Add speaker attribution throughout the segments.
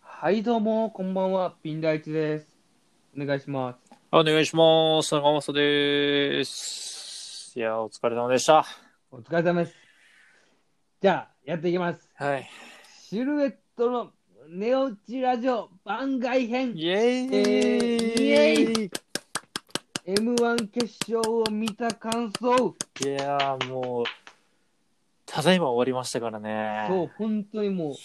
Speaker 1: はい、どうも、こんばんは、ピンダイチです。お願いします。
Speaker 2: お願いします。長政です。いや、お疲れ様でした。
Speaker 1: お疲れ様です。じゃあ、やっていきます。
Speaker 2: はい。
Speaker 1: シルエットの寝落ちラジオ番外編、
Speaker 2: イエーイ、
Speaker 1: イエー M1 決勝を見た感想。
Speaker 2: いやー、もう、ただいま終わりましたからね。
Speaker 1: そう、本当にもう、
Speaker 2: い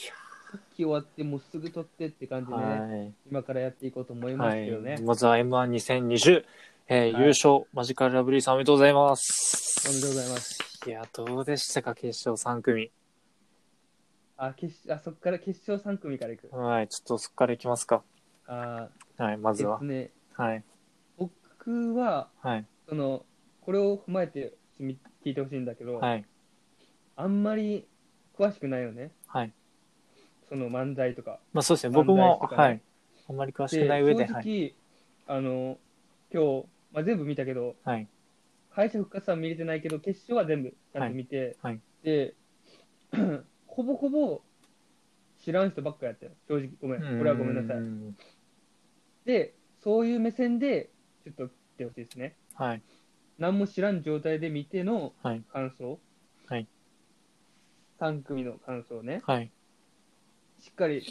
Speaker 1: さっき終わって、もうすぐ撮ってって感じでね、
Speaker 2: は
Speaker 1: 今からやっていこうと思い
Speaker 2: い。
Speaker 1: ま
Speaker 2: は
Speaker 1: すけどね。
Speaker 2: い。まずは M12020、えー
Speaker 1: はい
Speaker 2: 優勝、マジカルラブリーさんおめでとうございます。。
Speaker 1: おめでとうございます
Speaker 2: いや、どうでしたか、決勝3組。
Speaker 1: あ、決勝あそこから決勝3組からいく。
Speaker 2: はい、ちょっとそっからいきますか。
Speaker 1: あ
Speaker 2: はい、ま
Speaker 1: ー、え
Speaker 2: ず
Speaker 1: っ
Speaker 2: は
Speaker 1: と。ね、
Speaker 2: はい。
Speaker 1: 僕は、
Speaker 2: はい。
Speaker 1: その、これを踏まえてみ聞いてほしいんだけど、
Speaker 2: はい。
Speaker 1: あんまり詳しくないよね、
Speaker 2: はい。
Speaker 1: その漫才とか。
Speaker 2: まあそうですね、僕も、
Speaker 1: 問題とかね
Speaker 2: はい。あんまり詳しくない上で、
Speaker 1: 正
Speaker 2: はい。
Speaker 1: 直、あの今日、まあ、全部見たけど、
Speaker 2: はい。
Speaker 1: 敗者復活は見れてないけど、決勝は全部ちゃんと見て、
Speaker 2: はいはい
Speaker 1: で ほぼほぼ知らん人ばっかやったよ、正直、ごめん、これはごめんなさい。
Speaker 2: うん
Speaker 1: で、そういう目線でちょっと来てほしいですね。
Speaker 2: はい。
Speaker 1: 何も知らん状態で見ての
Speaker 2: はい。
Speaker 1: 感想、
Speaker 2: はい
Speaker 1: 3組の感想ね。
Speaker 2: はい。
Speaker 1: しっかり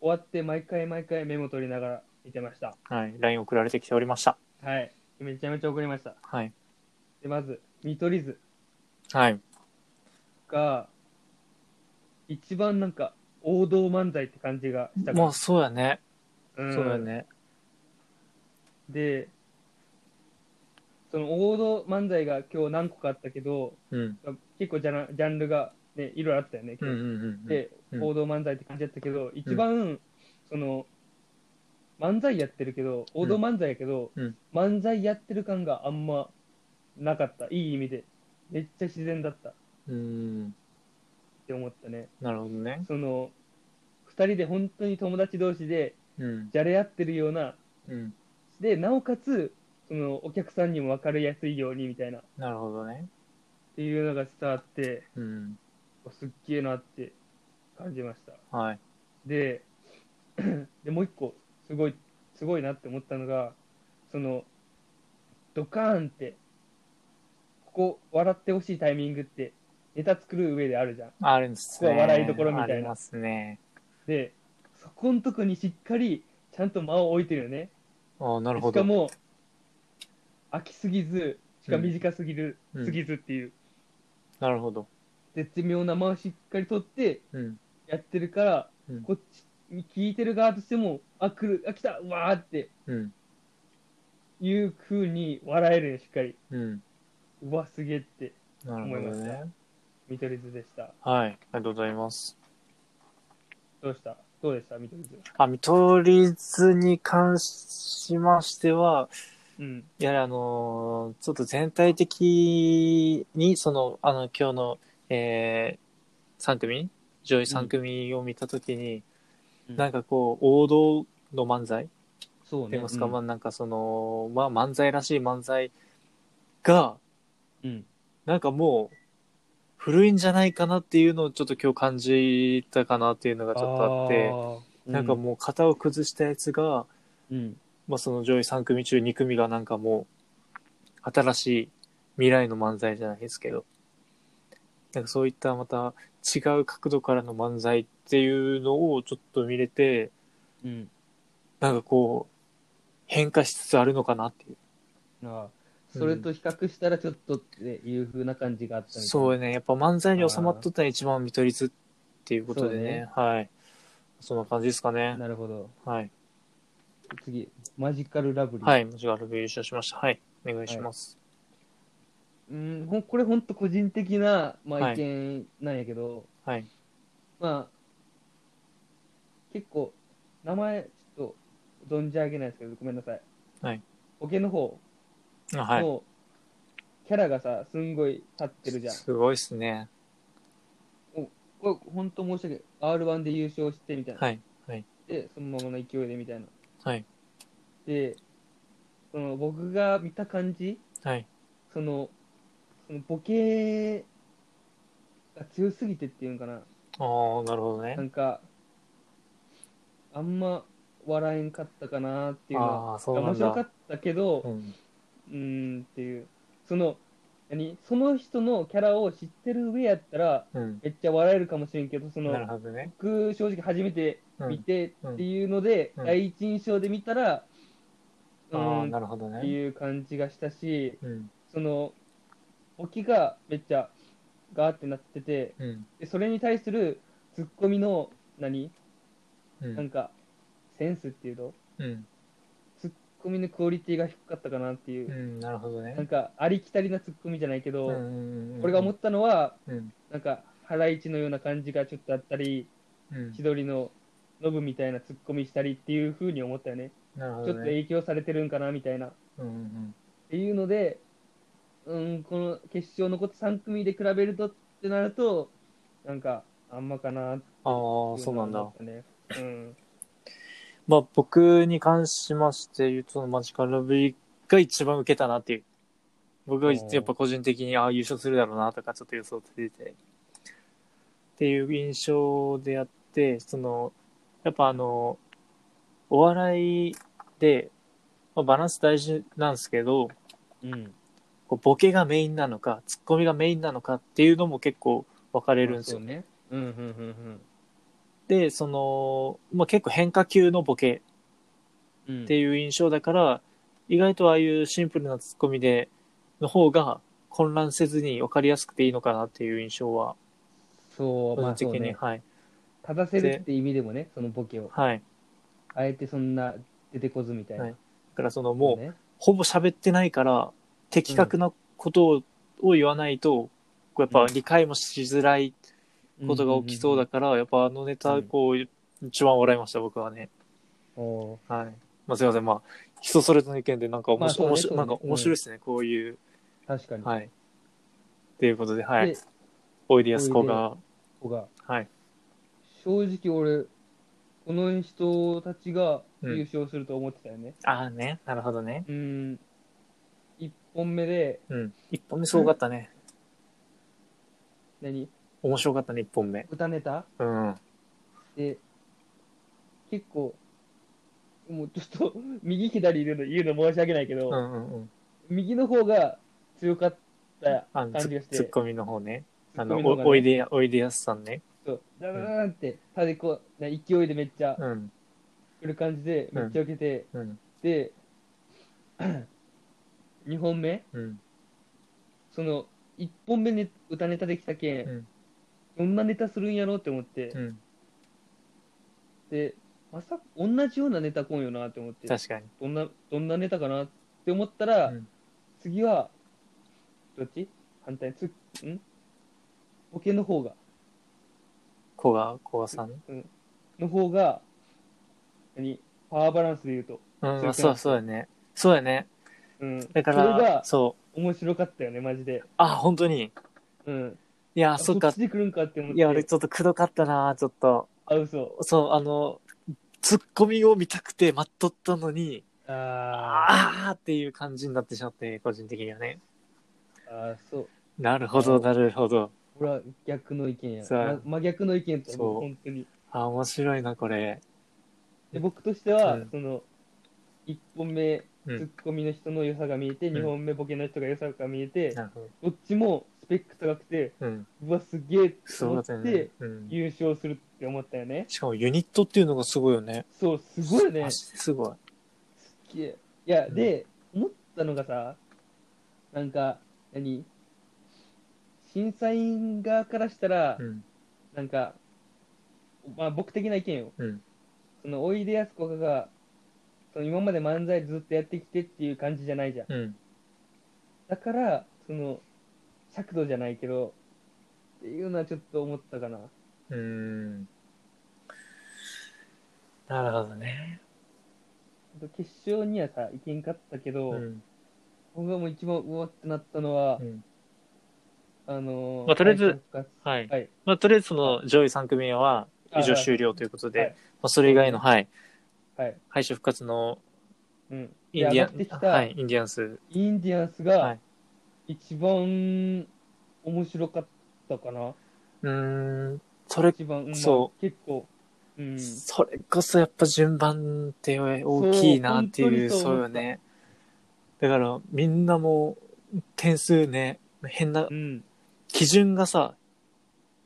Speaker 1: 終わって毎回毎回メモ取りながら見てました
Speaker 2: はい。LINE 送られてきておりました。
Speaker 1: はいめちゃめちゃ送りました
Speaker 2: はい。
Speaker 1: でまず見取り図
Speaker 2: はい。
Speaker 1: が一番なんか王道漫才って感じがしたから
Speaker 2: もうそうやね。
Speaker 1: うん
Speaker 2: そうやね。
Speaker 1: でその王道漫才が今日何個かあったけど
Speaker 2: うん。
Speaker 1: 結構ジャラジャンルがねいろいろあったよね
Speaker 2: うん
Speaker 1: 今
Speaker 2: う
Speaker 1: 日
Speaker 2: んうん。
Speaker 1: で、
Speaker 2: うん
Speaker 1: 王道漫才って感じだったけど、一番、その、漫才やってるけど、王道漫才やけど、
Speaker 2: うん
Speaker 1: 漫才やってる感があんまなかった。いい意味で。めっちゃ自然だったっ
Speaker 2: うん。
Speaker 1: て思ったね。
Speaker 2: なるほどね。
Speaker 1: その、二人で本当に友達同士で、
Speaker 2: うん。
Speaker 1: じゃれ合ってるような、
Speaker 2: うん。
Speaker 1: で、なおかつ、その、お客さんにも分かりやすいようにみたいな、っ
Speaker 2: なるほどね。
Speaker 1: ていうのが伝わって、
Speaker 2: うん。
Speaker 1: すっげえなって感じました。
Speaker 2: はい。
Speaker 1: で でもう一個すごいすごいなって思ったのがそのドカーンってここ笑ってほしいタイミングってネタ作る上であるじゃん
Speaker 2: あるんですね。
Speaker 1: ここは笑いどころみたいな
Speaker 2: ありますね。
Speaker 1: でそこんとこにしっかりちゃんと間を置いてるよね
Speaker 2: ああ、なるほ
Speaker 1: し
Speaker 2: ど。
Speaker 1: かも飽きすぎずしか短すぎる、
Speaker 2: うん
Speaker 1: すぎずっていう
Speaker 2: なるほど。
Speaker 1: 絶妙な間をしっかり取って
Speaker 2: うん。
Speaker 1: やってるから、
Speaker 2: うん
Speaker 1: こっちに聞いてる側としてもあ来るあ来たうわーって
Speaker 2: うん。
Speaker 1: いう風に笑えるよしっかり
Speaker 2: うん。
Speaker 1: うわすげえって
Speaker 2: なるほど
Speaker 1: 思いま
Speaker 2: ね。
Speaker 1: 見取り図でした
Speaker 2: はい。ありがとうございます。
Speaker 1: どうしたどうでした見取り図
Speaker 2: あ、見取り図に関しましては、
Speaker 1: うん
Speaker 2: いや、あのーちょっと全体的に、その、あの、今日の、えー、3組上位3組を見たときに、
Speaker 1: うん
Speaker 2: なんかこう、王道の漫才って
Speaker 1: そう
Speaker 2: 言いますか、まあ
Speaker 1: ん
Speaker 2: なんかその、まあ漫才らしい漫才が、
Speaker 1: うん
Speaker 2: なんかもう、古いんじゃないかなっていうのをちょっと今日感じたかなっていうのがちょっとあって、
Speaker 1: あー
Speaker 2: なんかもう型を崩したやつが、
Speaker 1: うん
Speaker 2: まあ、その上位3組中2組がなんかもう、新しい未来の漫才じゃないですけど、なんかそういったまた違う角度からの漫才っていうのをちょっと見れて、
Speaker 1: うん
Speaker 2: なんかこう、変化しつつあるのかなっていう。
Speaker 1: あーそれと比較したらちょっとっていう風な感じがあったみたいな
Speaker 2: そうやね。やっぱ漫才に収まっとったら一番見取り図っていうことでね。はい。そんな感じですかね。
Speaker 1: なるほど
Speaker 2: はい。
Speaker 1: 次マジカルラブリー
Speaker 2: はい。もちろん、ルビ優勝しました。はい。お願いします。
Speaker 1: うんほんこれ本当個人的な、まあ、
Speaker 2: はい
Speaker 1: 意見なんやけど、
Speaker 2: はい。
Speaker 1: まあ結構名前ちょっと存じ上げないですけどごめんなさい
Speaker 2: はい
Speaker 1: ボケの方
Speaker 2: あはい。
Speaker 1: もうキャラがさすんごい立ってるじゃん
Speaker 2: すごいっすね。
Speaker 1: これ本当申し訳ない r 1で優勝してみたいな、
Speaker 2: はい。
Speaker 1: でそのままの勢いでみたいな
Speaker 2: はい。
Speaker 1: でその僕が見た感じ
Speaker 2: はい。
Speaker 1: そのそのボケが強すぎてっていうのかな
Speaker 2: ああ、なるほどね
Speaker 1: な。んかあんま笑えんかったかなっていうのは
Speaker 2: ああー、そうな
Speaker 1: 面
Speaker 2: ん
Speaker 1: 白か
Speaker 2: だ。
Speaker 1: ったけど、
Speaker 2: うん。
Speaker 1: うーんっていう、その、何その人のキャラを知ってる上やったら、
Speaker 2: うん。
Speaker 1: めっちゃ笑えるかもしれんけど、そ
Speaker 2: なる
Speaker 1: の、
Speaker 2: ほどね。
Speaker 1: 僕、正直初めて
Speaker 2: うん
Speaker 1: 見て
Speaker 2: うん
Speaker 1: っていうので、
Speaker 2: うん
Speaker 1: 第一印象で見たら、う
Speaker 2: ああ、
Speaker 1: ーん
Speaker 2: なるほど
Speaker 1: って
Speaker 2: ね。
Speaker 1: いう感じがしたし、
Speaker 2: うん。
Speaker 1: その、沖がめっちゃガーってなってて、
Speaker 2: うん。
Speaker 1: でそれに対するツッコミの、何
Speaker 2: う
Speaker 1: なん
Speaker 2: ん。
Speaker 1: か、センスっていうの
Speaker 2: うん。
Speaker 1: ツッコミのクオリティが低かったかなっていうう、
Speaker 2: ん。なるほどね
Speaker 1: なん。か、ありきたりなツッコミじゃないけど、
Speaker 2: うん。
Speaker 1: 俺が思
Speaker 2: っ
Speaker 1: ったのは、
Speaker 2: うん。
Speaker 1: なんか、ハライチのような感じがちょっとあったり、
Speaker 2: うん。
Speaker 1: 千鳥のノブみたいなツッコミしたりっていう風に思ったよね。
Speaker 2: な
Speaker 1: ちょ
Speaker 2: るほ
Speaker 1: っと
Speaker 2: どね。
Speaker 1: 影響されてるんかなみたいな。っ
Speaker 2: うんうん
Speaker 1: ていうので、うん、この決勝のこと3組で比べるとってなると、なんか、あんまかなってい
Speaker 2: うん。ああ、
Speaker 1: う
Speaker 2: そう
Speaker 1: のは
Speaker 2: なんだ
Speaker 1: 思っ。たね。うん。
Speaker 2: まあ僕に関しまして言うと、そのマジカルラブリーが一番受けたなっていう。僕は
Speaker 1: おー
Speaker 2: やっぱ個人的に、ああ、優勝するだろうなとか、ちょっと予想ついてて。っていう印象であって、その、やっぱあの、お笑いで、まあ、バランス大事なんですけど、
Speaker 1: うん。
Speaker 2: こうボケがメインなのか、ツッコミがメインなのかっていうのも結構分かれるんですよ
Speaker 1: そうね。うん、うん、うん、
Speaker 2: で、その、まあ結構変化球のボケ
Speaker 1: うん。
Speaker 2: っていう印象だから、意外とああいうシンプルなツッコミで、の方が混乱せずに分かりやすくていいのかなっていう印象は、
Speaker 1: そう、
Speaker 2: 個
Speaker 1: まあ
Speaker 2: 人
Speaker 1: そう
Speaker 2: 的に、
Speaker 1: ね。
Speaker 2: はい。
Speaker 1: 立たせるって意味でもね、そのボケを。
Speaker 2: はい。
Speaker 1: あえてそんな出てこずみたいな。
Speaker 2: はいだからそのもう、
Speaker 1: ね、
Speaker 2: ほぼ喋ってないから、的確なことを,、言わないと、こうやっぱ理解もしづらいことが起きそうだから、やっぱあのネタ、こう、一番笑いました、僕はね。
Speaker 1: おー
Speaker 2: はい。まあすいません、まあ、人それぞれの意見で、なんか面白い、
Speaker 1: まあ
Speaker 2: 面
Speaker 1: そうね
Speaker 2: 白いなんか面白いですね、こういう。
Speaker 1: 確かに。
Speaker 2: はい。ということで、はい。
Speaker 1: で、こ
Speaker 2: おいでやすこが、
Speaker 1: こが、
Speaker 2: はい。
Speaker 1: 正直俺、この人たちが
Speaker 2: うん
Speaker 1: 優勝すると思ってたよね。
Speaker 2: ああね、なるほどね。
Speaker 1: うん、1本目で、
Speaker 2: うん。一本目すごかったね。
Speaker 1: 何
Speaker 2: 面白かったね、一本目。
Speaker 1: 歌ネタ
Speaker 2: うん。
Speaker 1: で、結構、もうちょっと、 右左言うの言うの申し訳ないけど、
Speaker 2: うんうんうん。
Speaker 1: 右の方が強かった
Speaker 2: あの、
Speaker 1: 感
Speaker 2: ツ
Speaker 1: じが
Speaker 2: ッ
Speaker 1: し
Speaker 2: ツッ
Speaker 1: て、
Speaker 2: コミの方ね。あの、
Speaker 1: ツッコミの方がね
Speaker 2: おおいでや、おいでやすさんね。
Speaker 1: そうダダダダンって、たでこう、勢いでめっちゃ
Speaker 2: うん。
Speaker 1: 来る感じで、めっちゃ受けて、
Speaker 2: うん。
Speaker 1: で、2本目
Speaker 2: うん。
Speaker 1: その1本目ね歌ネタできたけん、
Speaker 2: うん
Speaker 1: どんなネタするんやろうって思って、
Speaker 2: うん。
Speaker 1: でまさか同じようなネタこんよなって思って
Speaker 2: 確かに。
Speaker 1: どんなどんなネタかなって思ったら、
Speaker 2: うん
Speaker 1: 次はどっち反対つんボケの方が
Speaker 2: 古賀、古賀さん。
Speaker 1: の方が何パワーバランスで言うと、
Speaker 2: うん、あそうそうだね。そうだね。
Speaker 1: うん、
Speaker 2: だか
Speaker 1: それ
Speaker 2: ら、
Speaker 1: が
Speaker 2: そう。
Speaker 1: 面白かったよねマジで、
Speaker 2: あ、本当に。
Speaker 1: うん、
Speaker 2: いや、そっ
Speaker 1: あ
Speaker 2: か
Speaker 1: っち。で来るんかって思って
Speaker 2: いや、俺ちょっとくどかったな、ちょっと。
Speaker 1: あ嘘
Speaker 2: そう、あの、ツッコミを見たくて待っとったのに、
Speaker 1: あ
Speaker 2: あーっていう感じになってしまって、個人的にはね。
Speaker 1: ーあーそう
Speaker 2: なるほど、なるほど。
Speaker 1: 俺は逆の意見や。
Speaker 2: そう
Speaker 1: ま真逆の意見と
Speaker 2: そう
Speaker 1: 思う、本当に。
Speaker 2: あ、面白いな、これ。
Speaker 1: で、僕としては、
Speaker 2: うん
Speaker 1: その、1本目、
Speaker 2: う
Speaker 1: ツ
Speaker 2: ん。
Speaker 1: ッコミの人の良さが見えて、
Speaker 2: ん
Speaker 1: 2本目、ボケの人が良さが見えて、
Speaker 2: なるほ
Speaker 1: ど
Speaker 2: ど。
Speaker 1: っちもスペック高くて、
Speaker 2: うん。
Speaker 1: うわ、すげえって
Speaker 2: そう
Speaker 1: 思
Speaker 2: だ
Speaker 1: っ
Speaker 2: ったよ
Speaker 1: て
Speaker 2: ね、。うん。
Speaker 1: 優勝するって思ったよね。
Speaker 2: しかもユニットっていうのがすごいよね。
Speaker 1: そう、すごいよね
Speaker 2: マ。ジですごい。
Speaker 1: すっげえ。いや、
Speaker 2: うん
Speaker 1: で、思ったのがさ、なんか、何審査員側からしたら
Speaker 2: う、ん。
Speaker 1: なんか、まあ、僕的な意見よ。
Speaker 2: うん。
Speaker 1: そのおいでやすこががその今まで漫才ずっとやってきてっていう感じじゃないじゃん
Speaker 2: うん。
Speaker 1: だからその尺度じゃないけどっていうのはちょっと思ったかな
Speaker 2: うん。なるほどね。
Speaker 1: あと決勝にはさいけんかったけど、
Speaker 2: うん。
Speaker 1: 僕がもう一番うわってなったのは、
Speaker 2: うん
Speaker 1: あのー
Speaker 2: まあとりあえず
Speaker 1: 敗者復活
Speaker 2: はい。
Speaker 1: はい
Speaker 2: まあ、とりあえずその上位3組目は以上終
Speaker 1: 了
Speaker 2: 了ということ
Speaker 1: はい
Speaker 2: で、まあ、それ以外の、はい。
Speaker 1: はい、
Speaker 2: 敗者復活の
Speaker 1: うん、
Speaker 2: イン
Speaker 1: で
Speaker 2: デ
Speaker 1: 上がって
Speaker 2: ィ
Speaker 1: き
Speaker 2: アン、
Speaker 1: た、
Speaker 2: はい、インディアンス。
Speaker 1: インディアンス
Speaker 2: は
Speaker 1: が
Speaker 2: い
Speaker 1: 一番面白かったかな、
Speaker 2: うーん。それ、
Speaker 1: 一番、まあ
Speaker 2: そ
Speaker 1: 結構うん。
Speaker 2: それこそやっぱ順番って大きいなっていう、
Speaker 1: そう
Speaker 2: そうよね。だからみんなもう点数ね、変な
Speaker 1: う、ん。
Speaker 2: 基準がさ、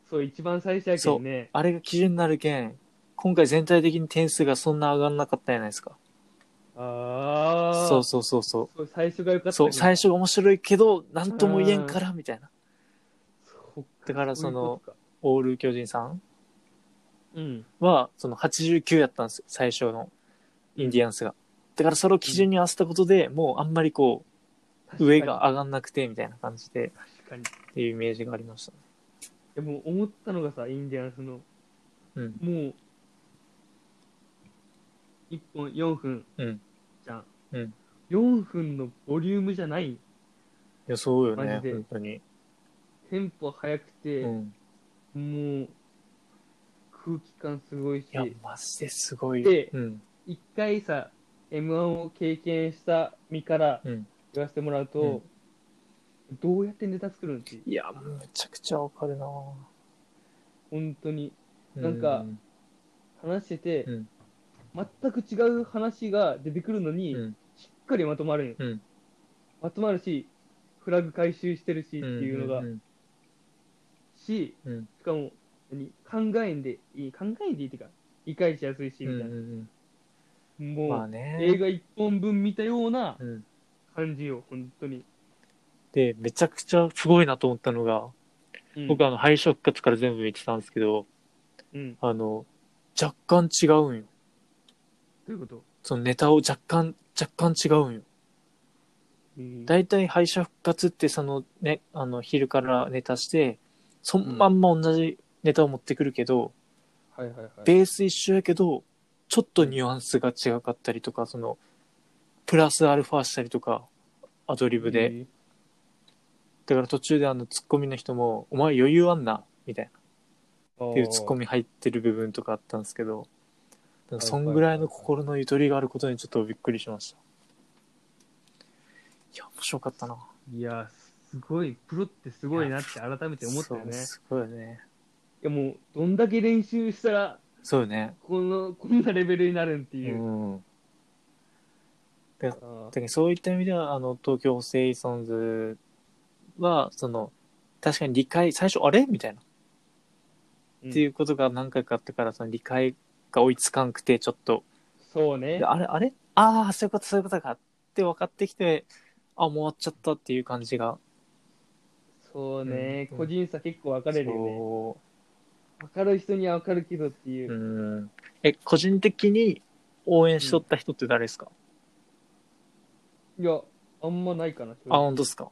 Speaker 1: そう、一番最初やけどね。
Speaker 2: あれが基準になるけん、今回全体的に点数がそんな上がんなかったじゃないですか。
Speaker 1: ああ。
Speaker 2: そうそうそうそ
Speaker 1: そう最初が良かったけど。
Speaker 2: う。そう、最初が面白いけど、なんとも言えんから、みたいな。
Speaker 1: そっか。
Speaker 2: だからその
Speaker 1: ういうことか、
Speaker 2: オール巨人さん
Speaker 1: うん。
Speaker 2: は、その89やったんですよ、最初のインディアンスが。だからそれを基準に合わせたことで、もうあんまりこう、上が上がんなくて、みたいな感じで、
Speaker 1: 確かに。
Speaker 2: っていうイメージがありましたね。
Speaker 1: でも思ったのがさ、インディアンスの、
Speaker 2: うん。
Speaker 1: もう、1本4分
Speaker 2: うん。
Speaker 1: じゃん。
Speaker 2: うん。
Speaker 1: 4分のボリュームじゃない。
Speaker 2: いや、そうよね
Speaker 1: マ、ジで
Speaker 2: 本当に。
Speaker 1: テンポ速くて、
Speaker 2: うん。
Speaker 1: もう、空気感すごいし
Speaker 2: い、や、マジですごい。
Speaker 1: で
Speaker 2: うん。
Speaker 1: 一回さ、M1 を経験した身から
Speaker 2: うん。
Speaker 1: 言わせてもらうと、どうやってネタ作るんって、
Speaker 2: いや、めちゃくちゃわかるな
Speaker 1: 本当に。
Speaker 2: う
Speaker 1: なんか話してて、
Speaker 2: うん
Speaker 1: 全く違う話が出てくるのに、
Speaker 2: うん
Speaker 1: しっかりまとまるんよ。
Speaker 2: うん
Speaker 1: まとまるし、フラグ回収してるしっていうのが、
Speaker 2: んん
Speaker 1: し、
Speaker 2: うん
Speaker 1: しかも、何考えんでいい、考えんでいいっていうか、理解しやすいし、
Speaker 2: う
Speaker 1: み
Speaker 2: んうん
Speaker 1: たいな。
Speaker 2: うん
Speaker 1: もう、
Speaker 2: まあね
Speaker 1: 映画一本分見たような
Speaker 2: うん
Speaker 1: 感じよ、本当に。
Speaker 2: でめちゃくちゃすごいなと思ったのが、
Speaker 1: うん、
Speaker 2: 僕あの敗者復活から全部見てたんですけど
Speaker 1: うん。
Speaker 2: あの若干違うんよ
Speaker 1: どういうこと、
Speaker 2: そのネタを若干若干違うんよ
Speaker 1: うん、
Speaker 2: 大体敗者復活ってそのねあの昼からネタしてそんまんま同じネタを持ってくるけど、
Speaker 1: はいはいはい。
Speaker 2: ベース一緒やけどちょっとニュアンスが違かったりとかそのプラスアルファしたりとかアドリブで、
Speaker 1: え
Speaker 2: だから途中であのツッコミの人も「お前余裕あんな」みたいな
Speaker 1: ー、
Speaker 2: っていうツッコミ入ってる部分とかあったんですけどなんかそんぐらいの心のゆとりがあることにちょっとびっくりしましたいや面白かったない
Speaker 1: や、すごい、プロってすごいなって改めて思ったよね。
Speaker 2: そう
Speaker 1: い
Speaker 2: すごいよね
Speaker 1: やもう、どんだけ練習したら、
Speaker 2: そうよね
Speaker 1: この、 こんなレベルになるんって
Speaker 2: う
Speaker 1: いう。
Speaker 2: ん
Speaker 1: あ
Speaker 2: だ
Speaker 1: ー
Speaker 2: けどそういった意味ではあの東京ホセイソンズはその確かに理解最初あれみたいな
Speaker 1: うん
Speaker 2: っていうことが何回かあったからその理解が追いつかんくてちょっと
Speaker 1: そうね
Speaker 2: で。あれあれああ、そういうこと、そういうことかって分かってきて、あ、もう終わっちゃったっていう感じが。
Speaker 1: そうね、
Speaker 2: うん
Speaker 1: 個人差結構分かれるよね。
Speaker 2: そ
Speaker 1: 分かる人には分かるけどっていうう。
Speaker 2: うん。え、個人的に応援しとった人って誰ですか、
Speaker 1: いや、あんまないかな、正
Speaker 2: あ、
Speaker 1: 直
Speaker 2: 本当ですか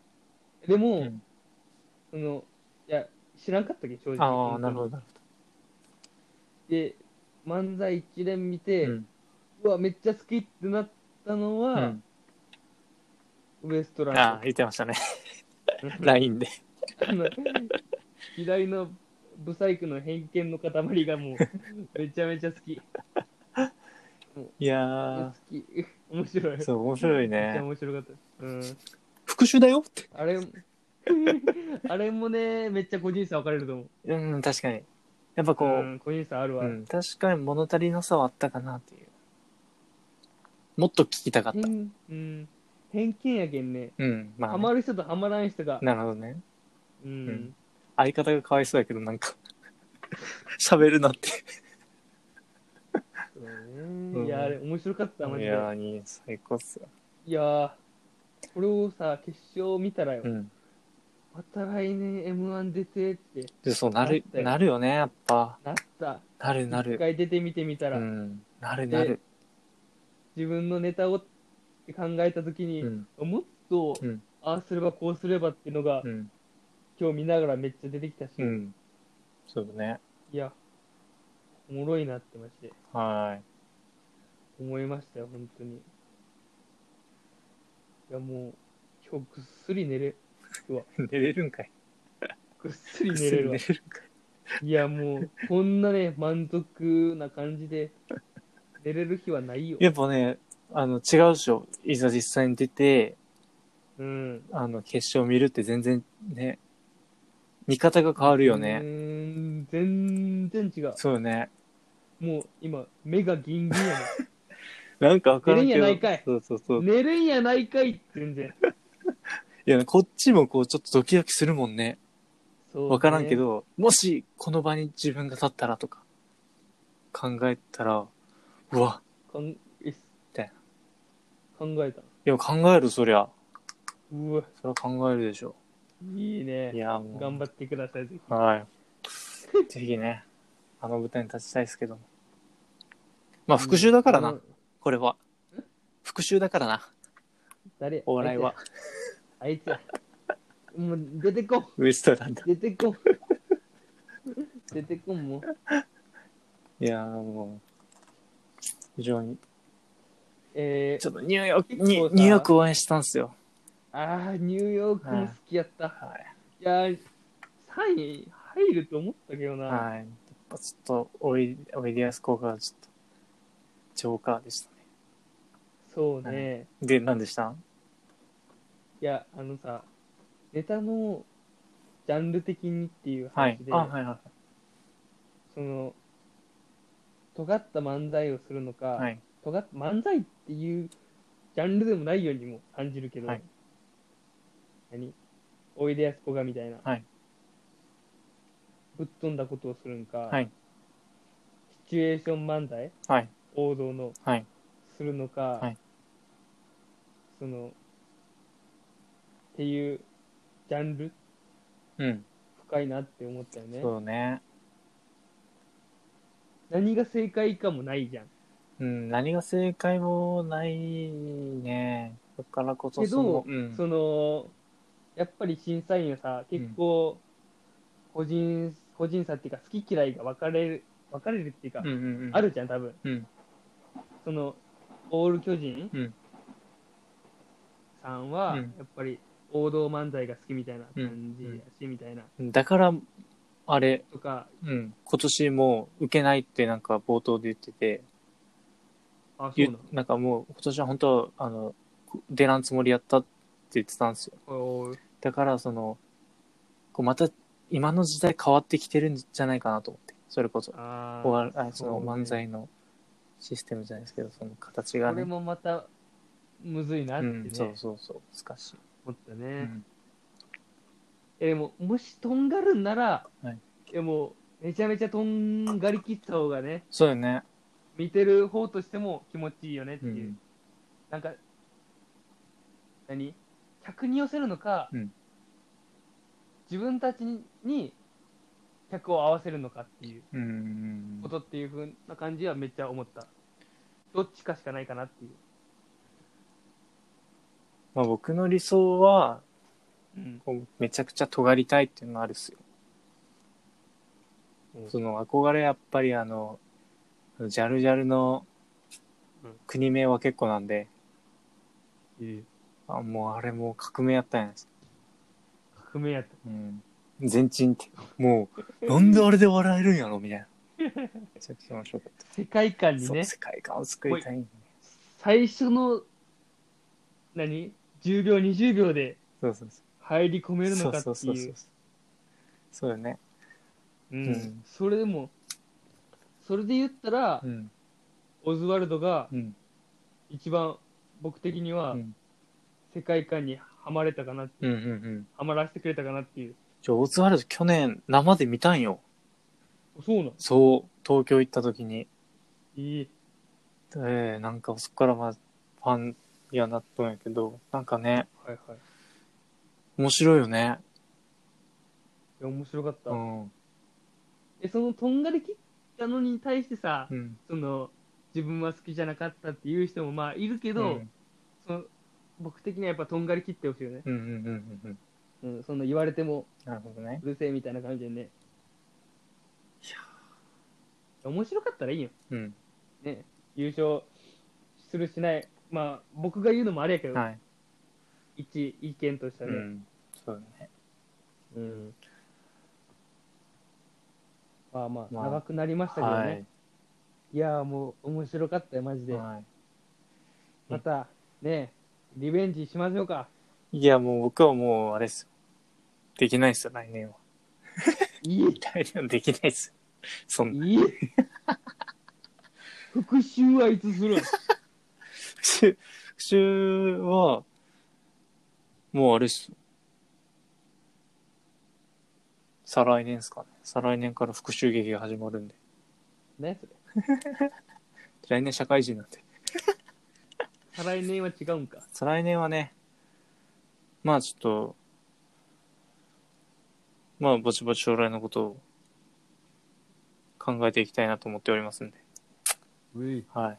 Speaker 1: でも、
Speaker 2: うん
Speaker 1: その、いや、知らんかったっけど、正直。
Speaker 2: ああ、なるほど、なる
Speaker 1: で、漫才一連見
Speaker 2: ほ
Speaker 1: て、
Speaker 2: ど。
Speaker 1: う
Speaker 2: うん
Speaker 1: わ、めっちゃ好きってなったの
Speaker 2: う
Speaker 1: は、
Speaker 2: ん。
Speaker 1: ウエストラ
Speaker 2: あ
Speaker 1: ン
Speaker 2: ー言ってましたね。
Speaker 1: ド。
Speaker 2: LINE で。
Speaker 1: あの 左のブサイクの偏見の塊がもう、めちゃめちゃ好き。
Speaker 2: い
Speaker 1: 好
Speaker 2: や
Speaker 1: き。面白い。
Speaker 2: ー、そう、面白い
Speaker 1: めっちゃ
Speaker 2: ね。
Speaker 1: 面白かった。うん。
Speaker 2: 復讐だよって。
Speaker 1: あ れ、あれもね、めっちゃ個人差分かれると思う。
Speaker 2: うん、確かに。やっぱこう、
Speaker 1: ん、個人差あるわ。
Speaker 2: うん、確かに物足りなさはあったかなっていう。もっと聞きたかった。
Speaker 1: 偏うん、偏見やけんね。
Speaker 2: うん、まあ
Speaker 1: ハ
Speaker 2: ね、
Speaker 1: マる人とハマらん人が、
Speaker 2: なるほどね。
Speaker 1: う
Speaker 2: うんん、相方がかわいそうやけどなんか 喋るなって
Speaker 1: そう
Speaker 2: う
Speaker 1: ね
Speaker 2: ん
Speaker 1: いや、あれ、面白かった、マジ
Speaker 2: い
Speaker 1: で。
Speaker 2: やに最高っすよ
Speaker 1: いやー、これをさ、決勝見たらよ、
Speaker 2: うん
Speaker 1: また来年 M1 出てって
Speaker 2: でそうなる
Speaker 1: なったよ
Speaker 2: なるよねやっぱ
Speaker 1: なった。
Speaker 2: なるな
Speaker 1: 一
Speaker 2: る
Speaker 1: 回出てみてみた
Speaker 2: う
Speaker 1: ら、
Speaker 2: んなるなる
Speaker 1: 自分のネタをって考えたときに、
Speaker 2: うん
Speaker 1: もっと、
Speaker 2: うん
Speaker 1: ああすればこうすればっていうのが、
Speaker 2: うん
Speaker 1: 今日見ながらめっちゃ出てきたし、
Speaker 2: うんそうだね
Speaker 1: いや、おもろいなってまして、
Speaker 2: は
Speaker 1: 思いましたよ、本当に。いや、もう、今日ぐっすり寝れ、
Speaker 2: い寝れるんかい
Speaker 1: ぐっすり寝れるわ
Speaker 2: 寝。れるんかい
Speaker 1: いや、もう、こんなね、満足な感じで、寝れる日はないよ。
Speaker 2: やっぱねあの違うでしょいざ実際に出て
Speaker 1: うん。
Speaker 2: あの決勝見るって全然ね見方が変わるよ
Speaker 1: うー
Speaker 2: ね
Speaker 1: ん、全然違う。
Speaker 2: そうよね
Speaker 1: もう今、目がギンギンや
Speaker 2: なんかわからん
Speaker 1: 寝
Speaker 2: け
Speaker 1: るんやない
Speaker 2: ど。
Speaker 1: かい
Speaker 2: そうそう
Speaker 1: ね
Speaker 2: そう。
Speaker 1: ん。
Speaker 2: い
Speaker 1: 寝るんやないかいって全然。
Speaker 2: や、こっちもこう、ちょっとドキドキするもんね。
Speaker 1: そう、
Speaker 2: わからんけ。ど、もしこの場に自分が立ったらとか、考えたら、うわ、
Speaker 1: かんえす
Speaker 2: たい
Speaker 1: 考えた。
Speaker 2: いや、考える、そりゃ。
Speaker 1: うわ、
Speaker 2: そりゃ考えるでしょ。
Speaker 1: いいね。
Speaker 2: いや、もう。
Speaker 1: 頑張ってください、ぜひ。
Speaker 2: はい。ぜひね、あの舞台に立ちたいですけども。まあ、復讐だから
Speaker 1: う
Speaker 2: な、
Speaker 1: ん。
Speaker 2: これは。復讐だからな、
Speaker 1: 誰
Speaker 2: お笑いは。。
Speaker 1: あいつや。あいつやもう出てこん。
Speaker 2: ウエストランド。
Speaker 1: 出てこん。出てこんもう。
Speaker 2: いやー、もう、非常に。
Speaker 1: え
Speaker 2: ち
Speaker 1: ー、
Speaker 2: ょっとニューヨーク、
Speaker 1: 結構
Speaker 2: ニュ
Speaker 1: さ
Speaker 2: ニューヨーク応援したんすよ。
Speaker 1: あー、ニューヨークも好きやった。
Speaker 2: はい
Speaker 1: やー、3位入ると思ったけど
Speaker 2: い。
Speaker 1: な。
Speaker 2: はい。やっぱちょっと、おい、おいでやす効果がちょっと、ジョーカーでしたね。
Speaker 1: そうね。
Speaker 2: はいで、何でした
Speaker 1: や、あのさ、ネタのジャンル的にっていう
Speaker 2: はい
Speaker 1: 話。で、
Speaker 2: あ、はいは
Speaker 1: その、尖った漫才をするのか、
Speaker 2: い。はい。
Speaker 1: 尖った漫才っていうジャンルでもないようにも感じるけど、
Speaker 2: はい
Speaker 1: 何おいでやすこがみたいな、
Speaker 2: はい
Speaker 1: ぶっ飛んだことをするんか、
Speaker 2: はい
Speaker 1: シチュエーション漫才
Speaker 2: はい。
Speaker 1: 王道の
Speaker 2: はい。
Speaker 1: するのか、
Speaker 2: はい
Speaker 1: そのっていうジャンル
Speaker 2: うん。
Speaker 1: 深いなって思ったよね
Speaker 2: そうね。
Speaker 1: 何が正解かもないじゃん
Speaker 2: うん、何が正解もないね。だからこそ
Speaker 1: け
Speaker 2: そ
Speaker 1: ど
Speaker 2: の、、うん、
Speaker 1: そのやっぱり審査員はさ結構個人,、個人差っていうか好き嫌いが分かれる分かれるっていうか、
Speaker 2: うんうんうん、
Speaker 1: あるじゃん多分
Speaker 2: うん、
Speaker 1: そのオール巨人
Speaker 2: うん
Speaker 1: さんは、
Speaker 2: うん
Speaker 1: やっぱり王道漫才が好きみたいな感じやし、みたいな
Speaker 2: だから、あれ、
Speaker 1: とか
Speaker 2: うん、今年もう受けないってなんか冒頭で言ってて、
Speaker 1: あそう
Speaker 2: ゆ
Speaker 1: なの
Speaker 2: なんかもう今年は本当は、あの、出らんつもりやったって言ってたんですよ。
Speaker 1: おー
Speaker 2: だから、その、こうまた今の時代変わってきてるんじゃないかなと思って、それこそ。
Speaker 1: あ
Speaker 2: おわ
Speaker 1: ー
Speaker 2: あその
Speaker 1: そうね
Speaker 2: 漫才のシステムじゃないですけど、その形が
Speaker 1: これ
Speaker 2: ね。
Speaker 1: もまたむずいなっ
Speaker 2: う
Speaker 1: て
Speaker 2: ん
Speaker 1: ね、、
Speaker 2: そうそうそう、難しい。
Speaker 1: 思ったね、
Speaker 2: うん
Speaker 1: えでももしとんがるんなら、
Speaker 2: はい
Speaker 1: でもめちゃめちゃとんがりきった方がね
Speaker 2: そうよね。
Speaker 1: 見てる方としても気持ちいいよねって
Speaker 2: う
Speaker 1: いう、
Speaker 2: ん。
Speaker 1: なんか何客に寄せるのか、
Speaker 2: うん
Speaker 1: 自分たちに客を合わせるのかっていう
Speaker 2: うんうん
Speaker 1: ことっていう風な感じはめっちゃ思ったどっちかしかないかなっていう、
Speaker 2: まあ、僕の理想は、
Speaker 1: うん、
Speaker 2: こうめちゃくちゃ尖りたいっていうのはあるっすよ。
Speaker 1: うん
Speaker 2: その憧れやっぱりあの、ジャルジャルの
Speaker 1: うん
Speaker 2: 国名は結構なんで、あもうあれもう革命やったんやないですか。
Speaker 1: 革命やった
Speaker 2: うん。全鎮って。もう、なんであれで笑えるんやろ みたいな。めちゃくちゃ面白かっ
Speaker 1: 世界観
Speaker 2: た。
Speaker 1: に
Speaker 2: そう、
Speaker 1: ね
Speaker 2: 世界観を作りたいんだね。
Speaker 1: 最初の何10秒20秒で
Speaker 2: そうそうそう。
Speaker 1: 入り込める
Speaker 2: そ
Speaker 1: の
Speaker 2: う
Speaker 1: か
Speaker 2: そ
Speaker 1: っ
Speaker 2: う
Speaker 1: て
Speaker 2: そう
Speaker 1: い
Speaker 2: そうう。そうよね。
Speaker 1: うん
Speaker 2: うん
Speaker 1: それでもそれで言ったら、
Speaker 2: うん。
Speaker 1: オズワルドが
Speaker 2: うん。
Speaker 1: 一番僕的に
Speaker 2: う
Speaker 1: は
Speaker 2: ん。
Speaker 1: 世界観にはまれたかな、
Speaker 2: うん。うん。うん。
Speaker 1: はまらせてくれたかなっていう
Speaker 2: ちょ、オズワルド去年生で見たんよ。
Speaker 1: そうなん
Speaker 2: そう、東京行った時に。
Speaker 1: いい
Speaker 2: えー、なんかそっからまあ、ファンにはなったんやけど、なんかね、
Speaker 1: はいはいい
Speaker 2: 面白いよね。
Speaker 1: や面白かった、
Speaker 2: うん。う
Speaker 1: えそのとんがり切ったのに対してさ、
Speaker 2: ん。
Speaker 1: その自分は好きじゃなかったっていう人もまあいるけ
Speaker 2: け
Speaker 1: ど、
Speaker 2: うん
Speaker 1: その僕的にはやっぱとんがり切ってほしいよね、
Speaker 2: うんうんうんうん。
Speaker 1: うん、そんな言われても
Speaker 2: なるほどね。
Speaker 1: うるせえみたいな感じでね。
Speaker 2: い
Speaker 1: 面白かったらいいよ。
Speaker 2: うん。
Speaker 1: ね。優勝するしない。まあ、僕が言うのもあれやけど、
Speaker 2: はい。
Speaker 1: 一意見として
Speaker 2: う
Speaker 1: はね。
Speaker 2: ん。そうだね。
Speaker 1: うんまあまあ、
Speaker 2: まあ
Speaker 1: 長くなりましたけどね。、
Speaker 2: はい
Speaker 1: やーもう、面白かったよ、マジ
Speaker 2: い。
Speaker 1: で。
Speaker 2: は
Speaker 1: また、ね、リベンジしましょうか。
Speaker 2: い。いや、もう僕はもう、あれっすよ。できないっすよ、来年は。
Speaker 1: いい、
Speaker 2: 来年はできないっすよ。そんな。
Speaker 1: いい。復讐はいつするん
Speaker 2: 復讐、復讐は、もうあれっす。再来年っすかね。再来年から復讐劇が始まるんで。
Speaker 1: ねそれ。
Speaker 2: 来年社会人なんで。
Speaker 1: 再来年は違うんか。
Speaker 2: 再来年はね、まあちょっと、まあぼちぼち将来のことを考えていきたいなと思っておりますんで。
Speaker 1: うい。
Speaker 2: はい。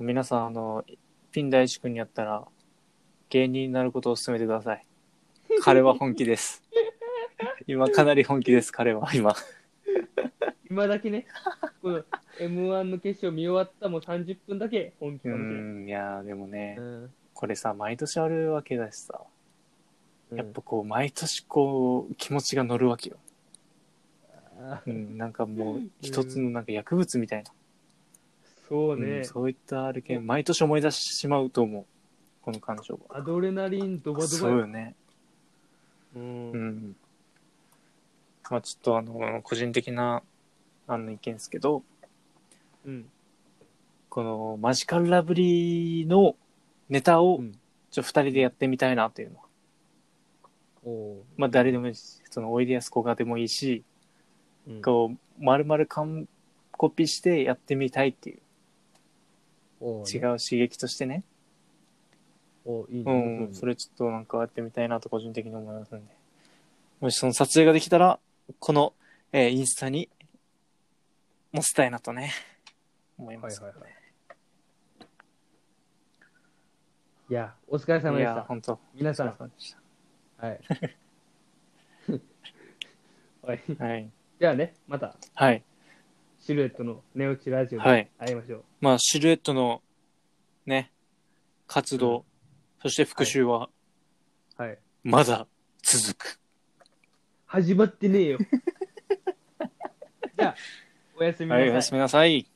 Speaker 2: 皆さん、あの、ピン大地君にやったら、芸人になることを勧めてく ださい。彼は本気です。今、かなり本気です、彼は、今。
Speaker 1: 今だけね、この M1 の決勝見終わったもう30分だけ本気
Speaker 2: う
Speaker 1: かもしれない。
Speaker 2: ん、いやーでもね
Speaker 1: う、ん。
Speaker 2: これさ、毎年あるわけだしさ、
Speaker 1: うん
Speaker 2: やっぱこう、毎年こう、気持ちが乗るわけよ。
Speaker 1: あ
Speaker 2: う
Speaker 1: ー
Speaker 2: ん、なんかもう、一つのなんか薬物みたいな。
Speaker 1: そう
Speaker 2: う
Speaker 1: ね
Speaker 2: ん、、そういったあるけん、毎年思い出してしまうと思う。この感情
Speaker 1: アドレナリンドバ
Speaker 2: が。
Speaker 1: ドバ
Speaker 2: そう
Speaker 1: よ
Speaker 2: よね。
Speaker 1: うん
Speaker 2: う。ん。まあちょっとあの、個人的な、あの意見ですけど、
Speaker 1: うん。
Speaker 2: このマジカルラブリーのネタを
Speaker 1: うん、
Speaker 2: ちょ、二人でやってみたいなというのは。
Speaker 1: お
Speaker 2: まあ誰でもいいし、その、おいでやすこがでもいいし、
Speaker 1: うん
Speaker 2: こう、丸々完コピしてやってみたいっていう、
Speaker 1: お
Speaker 2: 違う
Speaker 1: う。
Speaker 2: 刺激としてね。
Speaker 1: おいいね
Speaker 2: うん、そ
Speaker 1: れ。
Speaker 2: れちょっとなんかやってみたいなと個人的に思いますんで。もしその撮影ができたら、この、えーインスタに載せたいなとね、思います、ね。
Speaker 1: はいはいいや、お疲れ様で
Speaker 2: い
Speaker 1: し
Speaker 2: や、
Speaker 1: た。
Speaker 2: 本当。
Speaker 1: 皆さ
Speaker 2: お
Speaker 1: ん
Speaker 2: 疲れ様でし、
Speaker 1: はい。はい。
Speaker 2: たはい。
Speaker 1: じゃあね、また
Speaker 2: はい。
Speaker 1: シルエットの寝落ちラジオ
Speaker 2: は
Speaker 1: で
Speaker 2: い
Speaker 1: 会いましょう。
Speaker 2: まあ、シルエットの、ね、活動、
Speaker 1: うん
Speaker 2: そして復讐は、
Speaker 1: はい。
Speaker 2: まだ続く。
Speaker 1: 始まってねえよ。じゃあ、おやすみな
Speaker 2: は
Speaker 1: さ
Speaker 2: い、
Speaker 1: い
Speaker 2: お。やすみなさい。